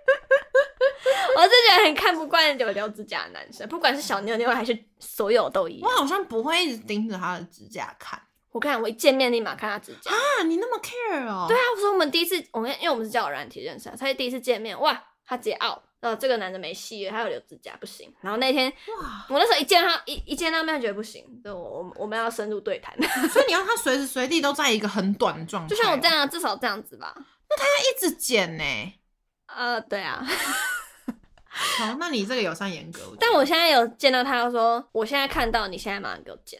A: 我是觉得很看不惯有留指甲的男生，不管是小妞妞还是所有都一
B: 我
A: 样。
B: 好像不会一直盯着他的指甲看
A: 我看我一见面立马看他指甲。
B: 啊！你那么 care 哦？
A: 对啊，我说我们第一次，我们因为我们是交友软体认识啊的，所以第一次见面，哇，他直接 out，呃，这个男的没戏了，他要留指甲不行。然后那天
B: 哇！
A: 我那时候一见他一一见到面就觉得不行，就我我我们要深入对谈，
B: 所以你要他随时随地都在一个很短的状态哦，
A: 就像我这样，至少这样子吧。
B: 一直剪呢、
A: 呃，对啊。
B: 好，那你这个友善严格，觉得
A: 但我现在有见到他说，我现在看到你现在马上给我 剪，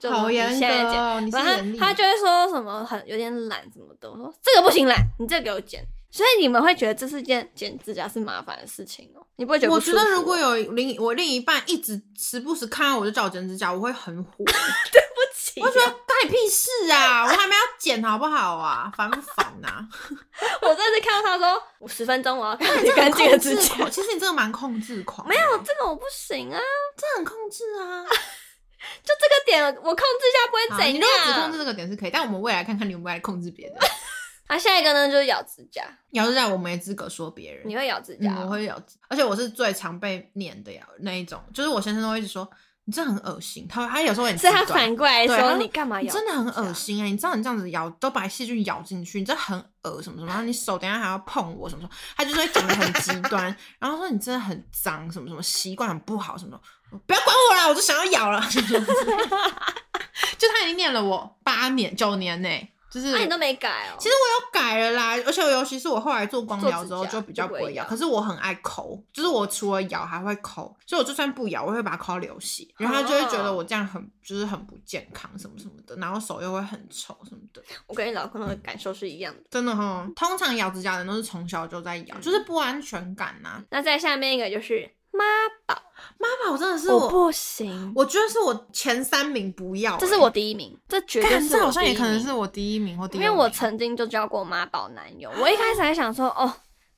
A: 就
B: 好
A: 你
B: 严
A: 现
B: 格
A: 在剪。
B: 哦，你是
A: 然后
B: 严厉
A: 他他就会说什么很有点懒什么的，我说这个不行懒，你这个给我剪。所以你们会觉得这是件剪指甲是麻烦的事情哦、你不会觉得
B: 我
A: 不舒
B: 觉
A: 服哦？
B: 得如果有另我另一半一直时不时看到我就叫我剪指甲，我会很 火，
A: 不起，
B: 我觉得干你屁事啊！我还没有剪好不好啊？烦不烦啊？
A: 我这次看到他说我十分钟我要看 你干净的指甲，
B: 其实你真的蛮控制 狂，
A: 没有，这个我不行啊，
B: 这很控制啊。
A: 就这个点我控制一下不会
B: 好
A: 怎
B: 啊你如果只控
A: 样。
B: 制这个点是可以，但我们未来看看你有没有来控制别人。
A: 啊，下一个呢就是咬指甲，
B: 咬指甲我没资格说别人，
A: 你会咬指甲
B: 嗯，我
A: 哦、
B: 会咬指，而且我是最常被念的呀那一种，就是我先生都会一直说你这很恶心，他他有时候很
A: 所以他
B: 极端
A: 反过来
B: 对他
A: 说
B: 说
A: 你干嘛
B: 你
A: 咬指甲？
B: 真的很恶心哎、你知道你这样子咬都把细菌咬进去，你这很恶什么什么，然后你手等一下还要碰我什么什么，他就是会讲的很极端，然后说你真的很脏什么什么，习惯很不好什么什么，我不要管我啦，我就想要咬了， 什么什么之类的就他已经念了我八年九年呢、就是
A: 那、你都没改哦、
B: 其实我有改了啦，而且我尤其是我后来做光疗之
A: 做
B: 后
A: 指甲
B: 就比较不
A: 就不
B: 会
A: 会
B: 咬，
A: 咬
B: 可是我很爱抠，就是我除了咬还会抠，所以我就算不咬，我会把它抠流血，然
A: 哦
B: 后他就会觉得我这样很就是很不健康什么什么的，然后手又会很臭什么的，
A: 我跟你老公的感受是一样的。
B: 真的哈。通常
A: 嗯
B: 咬指甲的人都是从小就在咬，就是不安全感呐、啊
A: 那在下面一个就是抹宝，
B: 妈妈，我真的是
A: 我
B: 我，
A: 不行，
B: 我觉得是我前三名不要、
A: 这是
B: 欸
A: 我第一名，这绝对
B: 干
A: 是
B: 这
A: 我
B: 好像
A: 第
B: 也
A: 一
B: 可能
A: 名
B: 是我第一名或第
A: 因
B: 二
A: 为
B: 名。
A: 我曾经就交过妈宝男友，我一开始还想说，哦，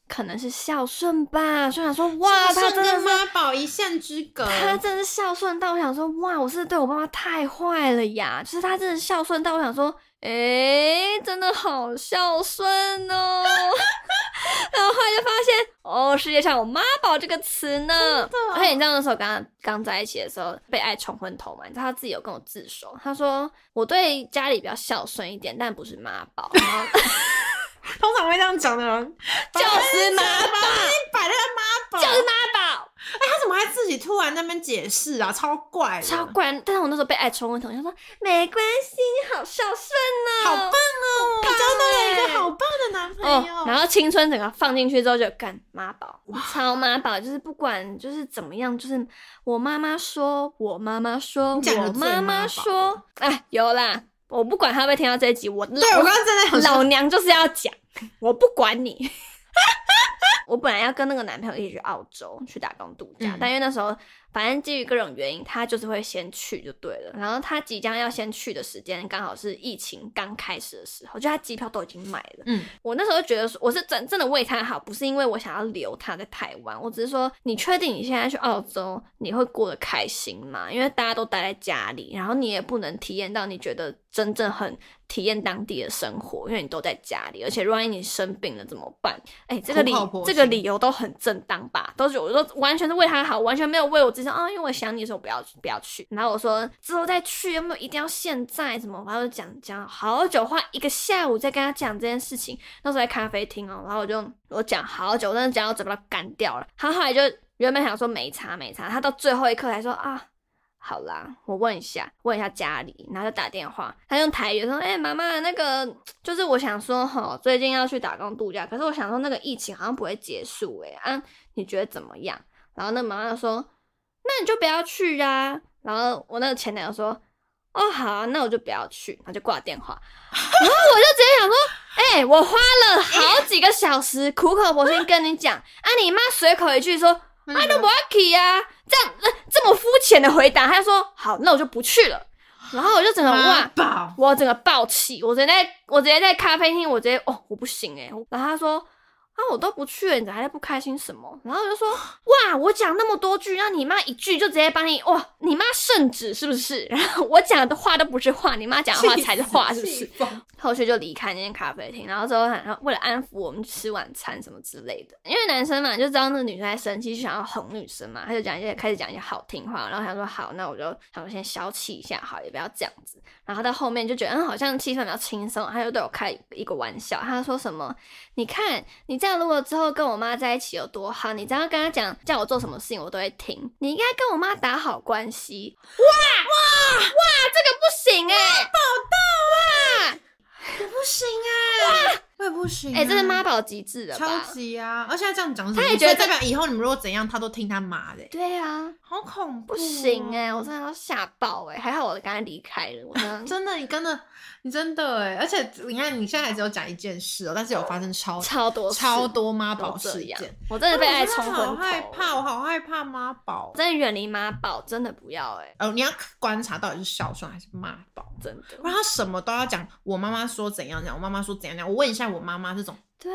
A: 可能是孝顺吧，就想说，哇，他
B: 顺
A: 真的
B: 跟
A: 是，
B: 妈宝一线之隔，
A: 他真的是孝顺到我想说，哇，我是不是对我爸妈太坏了呀，就是他真的孝顺到我想说，诶、真的好孝顺 哦。然后后来就发现，哦，世界上有妈宝这个词呢。而且你知道那时候刚刚在一起的时候，被爱冲昏头嘛，你知道他自己有跟我自首，他说我对家里比较孝顺一点，但不是妈 宝。然后
B: 通常会这样讲的人，
A: 就是妈宝，
B: 摆在妈宝，
A: 就是妈宝，
B: 他怎么还自己突然在那边解释啊？超怪的，
A: 超怪。但是我那时候被爱冲昏头，我就说没关系，你好孝顺
B: 好
A: 哦
B: 棒，哦！
A: 棒
B: 交到了一
A: 欸
B: 个好棒的男朋友，
A: 哦。然后青春整个放进去之后，就干妈宝，超妈宝，就是不管就是怎么样，就是我妈妈说，我妈妈说，
B: 你讲个
A: 我
B: 最
A: 妈
B: 妈
A: 妈
B: 宝
A: 说，哎，有啦，我不管他会不会听到这一集，我老
B: 对我刚刚真的很
A: 老娘就是要讲，我不管你。 我本来要跟那个男朋友一起去澳洲去打工度假，
B: 嗯
A: 但因为那时候反正基于各种原因，他就是会先去就对了。然后他即将要先去的时间刚好是疫情刚开始的时候，就他机票都已经买了。
B: 嗯，
A: 我那时候觉得说我是真真的为他好，不是因为我想要留他在台湾，我只是说你确定你现在去澳洲你会过得开心吗？因为大家都待在家里，然后你也不能体验到你觉得真正很体验当地的生活，因为你都在家里，而且万一你生病了怎么办？哎、这个理
B: 苦口婆心
A: 这个理由都很正当吧？都是我都完全是为他好，完全没有为我自己说啊，因为我想你的时候不要不要去。然后我说之后再去，有没有一定要现在？什么？然后就讲讲好久，花一个下午在跟他讲这件事情。那时候在咖啡厅哦，然后我就我讲好久，真的讲到嘴巴都干掉了。他后来就原本想说没差没差，他到最后一刻才说啊。好啦，我问一下，问一下家里，然后就打电话。他用台语说：“哎、妈妈，那个就是我想说哈，最近要去打工度假，可是我想说那个疫情好像不会结束哎、啊，你觉得怎么样？”然后那妈妈就说：“那你就不要去呀、然后我那个前男友说：“哦，好、啊，那我就不要去。”然后就挂电话。然后我就直接想说：“哎、我花了好几个小时苦口婆心跟你讲，啊，你妈随口一句说
B: 啊
A: 啊，那不要去啊，这样、呃这么肤浅的回答，他就说好，那我就不去了。然后我就整个
B: 妈
A: 哇，
B: 宝，
A: 我整个暴气，我直接在我直接在咖啡厅，我直接哦，我不行哎、欸。然后他说啊，我都不去了，你还在不开心什么？然后我就说 哇，我讲那么多句，让你妈一句就直接把你哇，你妈圣旨是不是？ 然后我讲的话都不是话，你妈讲的话才是话，是不是？
B: 是？
A: 后续就离开那间咖啡厅，然后之后然后为了安抚我们吃晚餐什么之类的，因为男生嘛就知道那个女生在生气，就想要哄女生嘛，他就讲一些开始讲一些好听话，然后想说好，那我就想说先消气一下，好，也不要这样子。然后到后面就觉得嗯，好像气氛比较轻松，他就对我开一个玩笑，他说什么你看，你这样如果之后跟我妈在一起有多好，你只要跟她讲叫我做什么事情，我都会听。你应该跟我妈打好关系。哇哇哇，这个不行哎、
B: 我不行哎、我也不行、
A: 哎、这是妈。宝极致了
B: 超
A: 吧？
B: 级啊！而且他这样讲什么，
A: 他也觉得
B: 所以代表以后你们如果怎样，他都听他妈的、啊
A: 对啊，
B: 好恐怖、
A: 不
B: 哦
A: 行哎、我真的要吓爆哎、还好我刚才离开了，我真的
B: 真的，你真的，你真的哎、而且你看，你现在还只有讲一件事哦、但是有发生超
A: 超多事
B: 超多妈
A: 都
B: 宝
A: 这
B: 事
A: 样
B: 件，，
A: 我真的被爱冲昏
B: 我真的
A: 头
B: 好害怕，我好害怕妈宝
A: 我。真的远离妈宝，真的不要哎、
B: 哦，你要观察到底是孝顺还是妈宝，
A: 真
B: 不然
A: 的。
B: 他什么都要讲。我妈妈说怎样讲，我妈妈说怎样讲。我问一下我妈妈这种
A: 对，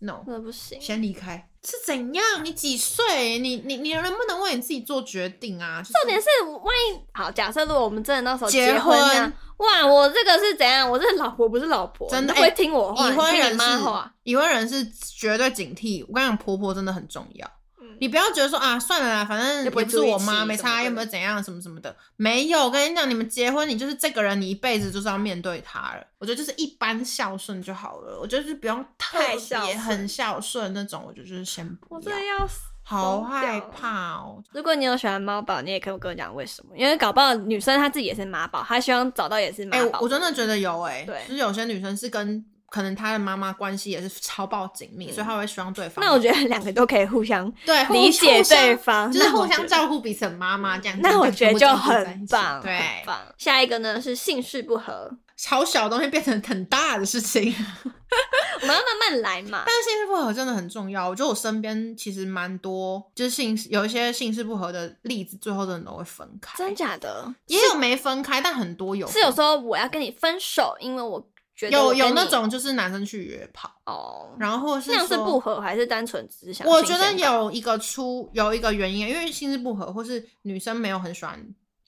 B: ，no，
A: 真的不行。
B: 先离开是怎样？你几岁？你你你能不能为你自己做决定啊？就是
A: 重点是，万一好，假设如果我们真的到时候
B: 结
A: 结婚这样
B: 婚
A: 哇，我这个是怎样？我这个老婆不是老婆，
B: 真
A: 你都
B: 的
A: 不会
B: 哎
A: 听我话，
B: 已
A: 你
B: 婚
A: 听你
B: 人
A: 妈
B: 是
A: 话。
B: 已婚人是绝对警惕。我跟你讲，婆婆真的很重要。
A: 嗯
B: 你不要觉得说啊，算了啦，反正
A: 又
B: 也
A: 不会
B: 不是
A: 住一
B: 我
A: 起
B: 妈，没
A: 什么
B: 差，
A: 的
B: 又没有怎样，什么什么的，没有。我跟你讲，你们结婚，你就是这个人，你一辈子就是要面对他了。我觉得就是一般孝顺就好了，我觉得就是不用特
A: 太孝
B: 别
A: 顺
B: 很孝顺那种，我觉得就是先不
A: 我
B: 要
A: 真的。要死。
B: 好害
A: 疯掉
B: 怕哦！
A: 如果你有喜欢猫宝，你也可以跟我讲为什么，因为搞不好女生她自己也是妈宝，她希望找到也是妈
B: 哎、
A: 宝。
B: 我真的觉得有哎、
A: 对
B: 就是有些女生是跟可能她的妈妈关系也是超爆紧密，所以她会希望对
A: 嗯
B: 方。
A: 那我觉得两个都可以互相
B: 对互
A: 理解
B: 互相
A: 对方，
B: 就是
A: 那我
B: 互
A: 觉
B: 相
A: 得
B: 照顾彼此的妈妈这样子。
A: 那我
B: 就
A: 觉得
B: 全
A: 就
B: 部照顾在一
A: 很
B: 起
A: 棒，
B: 对
A: 很，棒。下一个呢是姓氏不合，
B: 超小的东西变成很大的事情。
A: 我们要慢慢来嘛。
B: 但是性事不合真的很重要，我觉得我身边其实蛮多，就是性有一些性事不合的例子，最后 真的都会分开，
A: 真假的？
B: 也有没分开，但很多有
A: 是有说我要跟你分手，因为我觉得我
B: 有
A: 跟
B: 有那
A: 你
B: 种就是男生去约炮，
A: 哦，
B: 然后或是
A: 那样是
B: 说
A: 不合还是单纯只是想？
B: 我觉得，有一个出有一个原因，因为性事不合，或是女生没有很喜欢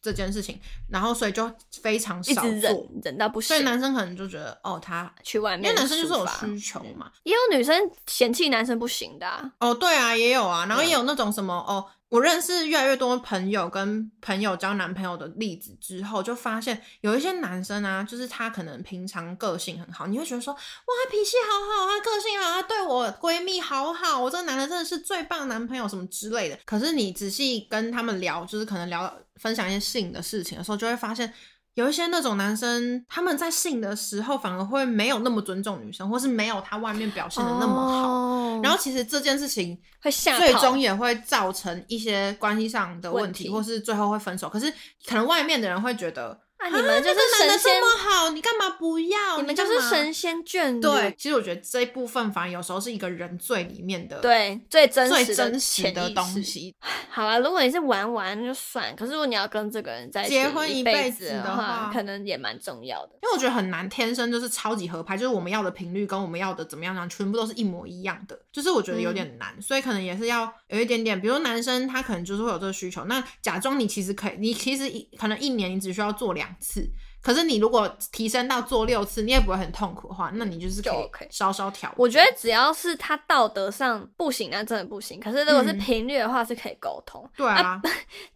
B: 这件事情，然后所以就非常
A: 一
B: 少
A: 直
B: 做，
A: 忍忍到不
B: 所以
A: 行，
B: 男生可能就觉得哦，他
A: 去外
B: 因
A: 面抒发。
B: 为男生就是有需求嘛，
A: 也有女生嫌弃男生不行的啊、
B: 哦，对啊，也有啊，然后
A: 对啊
B: 也有那种什么哦，我认识越来越多朋友跟朋友交男朋友的例子之后，就发现有一些男生啊，就是他可能平常个性很好，你会觉得说哇，他脾气好好，他个性好，他对我闺蜜好好，我这个男的真的是最棒男朋友什么之类的。可是你仔细跟他们聊，就是可能聊分享一些性的事情的时候，就会发现。有一些那种男生，他们在性的时候反而会没有那么尊重女生，或是没有他外面表现的那么好。
A: 哦
B: 然后其实这件事情
A: 会吓
B: 最
A: 跑
B: 终也会造成一些关系上的问题，
A: 问题
B: 或是最后会分手。可是可能外面的人会觉得，
A: 啊，你们就
B: 这
A: 是
B: 男的
A: 神仙
B: 这，么好，你干嘛不要？
A: 你们就
B: 干
A: 是
B: 嘛
A: 神。仙眷侣，
B: 对，其实我觉得这一部分反而有时候是一个人最里面的
A: 对，最真实
B: 最真实
A: 潜
B: 的
A: 意
B: 东
A: 识。
B: 西。
A: 好啊，如果你是玩玩就算，可是如果你要跟这个人在一起
B: 结婚
A: 一
B: 一
A: 辈
B: 辈
A: 子
B: 子的
A: 话，
B: 话
A: 可能也蛮重要的。
B: 因为我觉得很难，天生就是超级合拍，就是我们要的频率跟我们要的怎么样呢，全部都是一模一样的，就是我觉得有
A: 嗯
B: 点难，所以可能也是要有一点点，比如说男生他可能就是会有这个需求，那假装你其实可以，你其实一可能一年你只需要做两次，可是你如果提升到做六次，你也不会很痛苦的话，那你就是可
A: 就
B: 以
A: OK
B: 稍稍调整。
A: 我觉得只要是他道德上不行，那真的不行。可是如果是
B: 嗯
A: 频率的话，是可以沟通。
B: 对啊，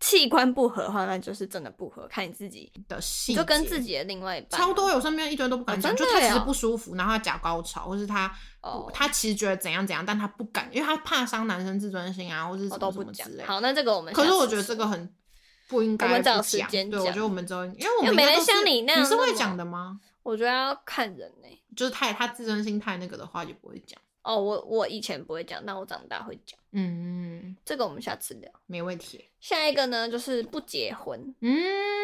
A: 器官不合的话，那就是真的不合，看你自己，
B: 的细
A: 你就跟自
B: 己。
A: 己的另外一半。
B: 超多有身边一堆都不敢
A: 哦
B: 讲，
A: 真
B: 就
A: 的
B: 他其实
A: 哦
B: 不舒服，然后他假高潮，或是他不
A: 哦
B: 他其实觉得怎样怎样，但他不敢，因为他怕伤男生自尊心啊，或是什
A: 我
B: 么
A: 都
B: 什
A: 不
B: 么
A: 讲
B: 之类的。
A: 好，那这个我们
B: 可是
A: 下
B: 我
A: 次
B: 觉得这
A: 说
B: 个很不应该
A: 我们找
B: 不
A: 时
B: 讲
A: 间
B: 对，我
A: 讲
B: 觉得我们之后，因为我
A: 因为
B: 们
A: 没
B: 应该
A: 人
B: 都是
A: 像你那样
B: 你是
A: 那
B: 会
A: 么
B: 讲的吗？
A: 我觉得要看人呢、
B: 就是太他自尊心太那个的话，就不会讲。
A: 哦，我我以前不会讲，但我长大会讲。
B: 嗯，
A: 这个我们下次聊。
B: 没问题。
A: 下一个呢，就是不结婚。
B: 嗯，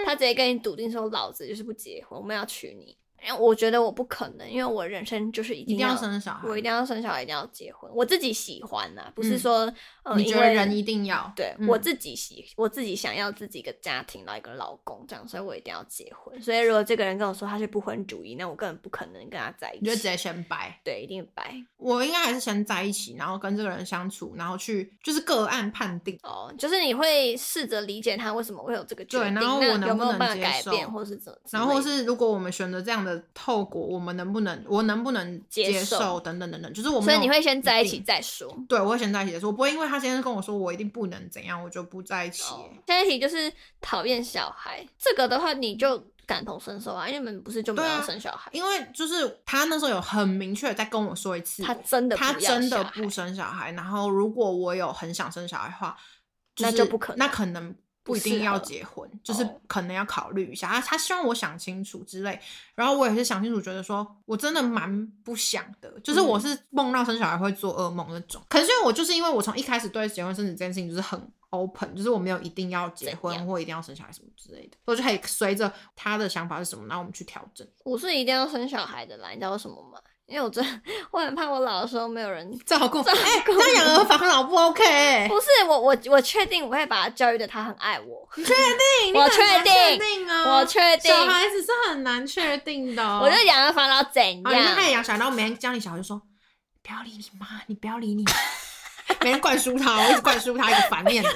A: 他直接跟你笃定说，老子就是不结婚，我们要娶你。因为我觉得我不可能，因为我人生就是一
B: 一
A: 定
B: 定要生小孩。
A: 我一定要生小孩，一定要结婚。我自己喜欢呐、不是
B: 嗯
A: 说、呃，
B: 你
A: 因
B: 觉得
A: 为
B: 人一定要？
A: 对、
B: 嗯
A: 我自己喜，我自己想要自己一个家庭，然后一个老公这样，所以我一定要结婚。所以如果这个人跟我说他是不婚主义，那我根本不可能跟他在一
B: 你就直
A: 起。
B: 接先掰。
A: 对，一定白
B: 我应该还是先在一起，然后跟这个人相处，然后去就是个案判定。
A: 哦，就是你会试着理解他为什么会有这个决
B: 对
A: 定，
B: 然后
A: 那
B: 我能
A: 有
B: 不
A: 没有
B: 能
A: 办法
B: 接
A: 改
B: 受
A: 变，或是怎么之类的，
B: 然后是，如果我们选择这样的后果，我们能不能，我能不能
A: 接
B: 接
A: 受
B: 受等等等等，就是我们。
A: 所以你会先在一起
B: 定
A: 再说。
B: 对，我会先在一起的时候，我不会因为他先跟我说我一定不能怎样，我就不在一起耶、
A: 哦，下一题就是讨厌小孩，这个的话你就感同身受啊，因为你们不是就没
B: 对啊
A: 有生小孩，
B: 因为就是他那时候有很明确地在跟我说一次，
A: 他真的
B: 嗯他
A: 不要
B: 真的
A: 小孩
B: 不生小孩。然后如果我有很想生小孩的话，
A: 那
B: 是
A: 就不可能
B: 那可能不一
A: 不适
B: 定
A: 合
B: 要结婚，就是
A: 哦
B: 可能要考虑一下。啊他他希望我想清楚之类，然后我也是想清楚，觉得说我真的蛮不想的，就是
A: 嗯
B: 我是梦到生小孩会做噩梦那种。可是因为我就是因为我从一开始对结婚生子这件事情就是很 open，就是我没有一定要结
A: 怎样
B: 婚或一定要生小孩什么之类的，我就可以随着他的想法是什么，然后我们去调整。
A: 我是一定要生小孩的啦，你知道为什么吗？因为我真 我很怕我老的时候没有人。
B: 照顾，
A: 照
B: 哎、欸，
A: 顾
B: 这样养儿防老不 OK？欸
A: 不是我，我我确定我会把他教育的，他很爱我，我
B: 定你很难
A: 确定
B: 定哦，
A: 我确定，
B: 小孩子是很难确定的哦、
A: 我就养儿防老怎
B: 好，啊你就开
A: 样？
B: 始养小孩，然后每天教你小孩就说，不要理你妈，你不要理你妈， 每天灌输他，我一直灌输他一个反面的，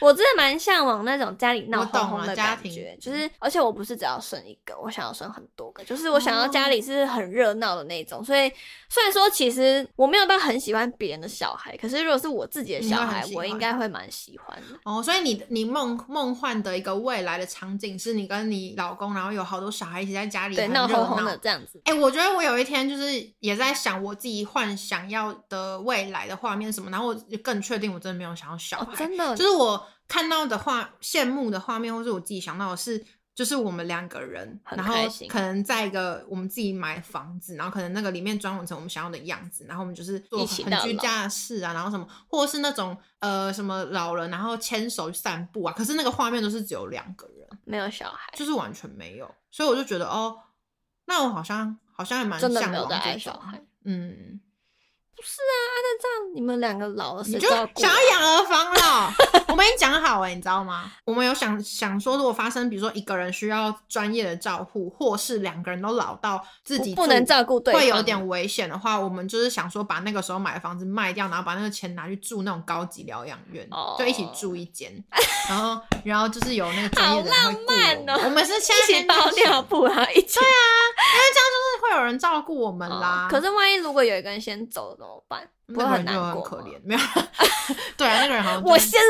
A: 我真的蛮向往那种家里闹
B: 我懂
A: 哄哄
B: 了
A: 的
B: 家
A: 感
B: 庭
A: 觉，就是而且我不是只要生一个，我想要生很多个，就是我想要
B: 哦
A: 家里是很热闹的那种。所以虽然说其实我没有到很喜欢别人的小孩，可是如果是我自己的
B: 你
A: 小
B: 会很
A: 孩，
B: 喜
A: 我
B: 欢
A: 应该会蛮喜欢的。
B: 哦，所以你 你梦梦幻的一个未来的场景是你跟你老公，然后有好多小孩一起在家里
A: 对，
B: 很
A: 闹
B: 热
A: 哄哄
B: 闹
A: 的这样子。
B: 哎、我觉得我有一天就是也在想我自己幻想要的未来的画面是什么，然后我就更确定我真的没有想要小
A: 哦，
B: 孩，
A: 真的，
B: 就是我看到的画、羡慕的画面，或是我自己想到的是，就是我们两个人，
A: 很
B: 然后
A: 开心
B: 可能在一个我们自己买房子，然后可能那个里面装潢成我们想要的样子，然后我们就是做
A: 一起
B: 很
A: 到
B: 居
A: 老
B: 家的事啊，然后什么，或者是那种呃什么老人然后牵手去散步啊，可是那个画面都是只有两个人，
A: 没有小孩，
B: 就是完全没有，所以我就觉得哦，那我好像好像还蛮
A: 真的
B: 向
A: 没有
B: 往
A: 在
B: 这
A: 爱
B: 种
A: 小孩。啊
B: 嗯，
A: 那这样你们两个老了
B: 你
A: 谁
B: 就
A: 照顾啊？
B: 想要养儿防老，我们已经讲好了，你知道吗？我们有想想说，如果发生比如说一个人需要专业的照护，或是两个人都老到自己
A: 不
B: 住
A: 能照顾对
B: 会有
A: 方啊
B: 点危险的话，我们就是想说把那个时候买的房子卖掉，然后把那个钱拿去住那种高级疗养院
A: 哦
B: 就一起住一间，然后然后就是有那个专业的人会顾
A: 好浪漫
B: 我
A: 哦
B: 们我们是现在
A: 一起
B: 先
A: 包
B: 开始
A: 尿布啊，一起
B: 就是会有人照顾我们
A: 哦。
B: 啦
A: 可是万一如果有一个人先走了怎么办？不会
B: 那个人就
A: 难
B: 很
A: 过
B: 可
A: 吗
B: 怜，没有？ 对啊，那个人好像就
A: 我 先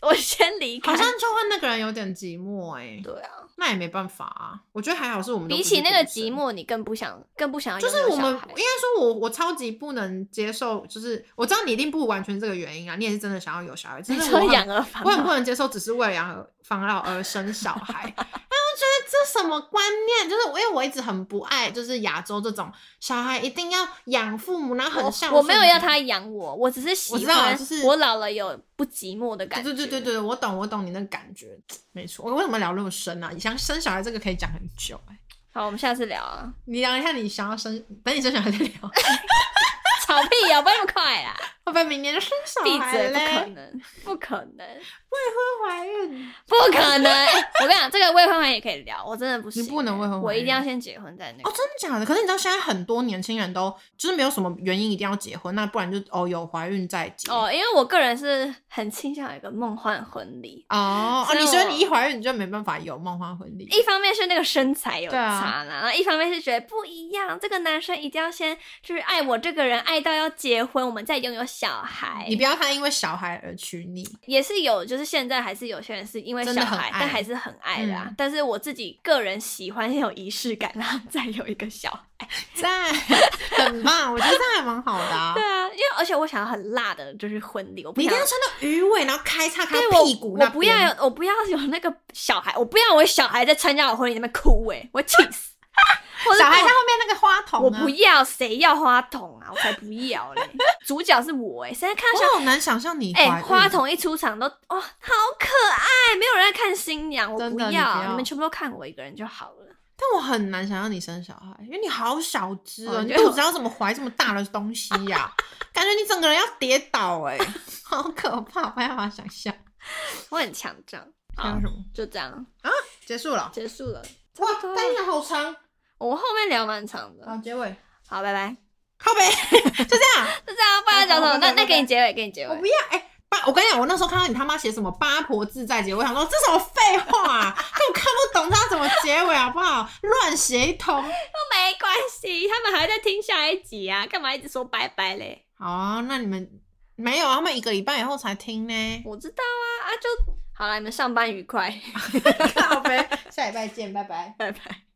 A: 我先离开
B: 好。像就会那个人有点寂寞哎、
A: 对啊，
B: 那也没办法啊。我觉得还好是我们都
A: 比起
B: 不
A: 那
B: 是
A: 个
B: 独生
A: 寂，寞，你更不想更不想要
B: 就是
A: 拥有
B: 我们
A: 小
B: 应
A: 孩
B: 该说我，我超级不能接受，就是我知道你一定不完全是这个原因啊，你也是真的想要有小孩，只
A: 你
B: 是
A: 说
B: 我很
A: 养儿防
B: 我很不
A: 老，
B: 能接受，只是为了养儿防老而生小孩。 然后我觉得这什么观念？就是因为我一直很不爱，就是亚洲这种小孩一定要养父母，然后很孝
A: 哦我我没有
B: 顺
A: 要他养我，我只是喜
B: 我知道啊
A: 欢
B: 就是
A: 我老了有不寂寞的感觉。
B: 对对对对对，我懂我懂你那个感觉，没错。我为什么聊那么深啊？想生小孩这个可以讲很久哎、
A: 好，我们下次聊啊，
B: 你聊一下你想要生，等你生小孩再聊。
A: 吵屁啊，不要那么快 啊，
B: 会不会明年就生小
A: 闭
B: 孩
A: 嘴，不可
B: 嘞？
A: 能，不可能。
B: 会怀孕？
A: 不可能！ 欸我跟你讲，这个未婚怀也可以聊，我真的不行。欸
B: 你不能未婚怀
A: 我一定要先结婚再那
B: 哦
A: 个。，
B: 真的假的？可是你知道现在很多年轻人都就是没有什么原因一定要结婚，那不然就哦有怀孕再结。
A: 哦，因为我个人是很倾向有一个梦幻婚礼。
B: 哦哦，
A: 所以
B: 你
A: 我
B: 说你一怀孕你就没办法有梦幻婚礼？
A: 一方面是那个身材有
B: 对啊
A: 差啦，然后一方面是觉得不一样，这个男生一定要先就是爱我这个人，爱到要结婚，我们再拥有小孩。
B: 你不要他因为小孩而娶你，
A: 也是有，就是现在还是有些人是因为
B: 真
A: 小
B: 的很
A: 孩，
B: 爱
A: 但还是很爱啦。
B: 嗯
A: 但是我自己个人喜欢先有仪式感，然后再有一个小孩。
B: 赞，很棒，我觉得这样还蛮好的啊
A: 对。啊，因为而且我想要很辣的，就是婚礼，我不
B: 你一
A: 想要
B: 定要穿到鱼尾，然后开叉开
A: 对
B: 到
A: 我
B: 屁股
A: 我
B: 那
A: 不要
B: 边
A: 有，我不要有那个小孩，我不要我小孩在参加我婚礼那边哭哎、我气 死！我
B: 小孩在
A: 在
B: 后面那个花筒啊，
A: 我不要，谁要花筒啊？我才不要 嘞！主角是我哎、欸，谁在看小
B: 我好难想象你
A: 哎、
B: 怀孕
A: 花筒一出场都哇、好可爱，没有人在看新娘，我
B: 真
A: 不
B: 的
A: 要，
B: 你不要
A: 们全部都看我一个人就好了。
B: 但我很难想象你生小孩，因为你好小只哦，
A: 哦
B: 你
A: 就
B: 肚子要怎么怀这么大的东西呀、感觉你整个人要跌倒哎、 好可怕，我没办法想象。
A: 我很强 壮，
B: 还
A: 好
B: 有，什么？
A: 就这样
B: 结束了。
A: 结束了。
B: 哇
A: 差不多，了
B: 单元好长。
A: 我们后面聊蛮长的，
B: 好，结尾。
A: 好，拜拜。
B: 靠背， 就这样。
A: 就这样，不然要讲什么？那
B: 拜拜
A: 那给你结尾，给你结
B: 我
A: 尾
B: 不。要哎、八，我跟你讲，我那时候看到你他妈写什么“八婆自在结尾”，我想说这什么废话啊， 根本看不懂他怎么结尾，好不好？乱写一通。
A: 没关系，他们还在听下一集啊，干嘛一直说拜拜嘞？
B: 好啊，那你们没有啊？他们一个礼拜以后才 听呢。
A: 我知道啊，啊就好了，你们上班愉快，
B: 靠背，下礼拜见，拜拜。
A: 拜拜。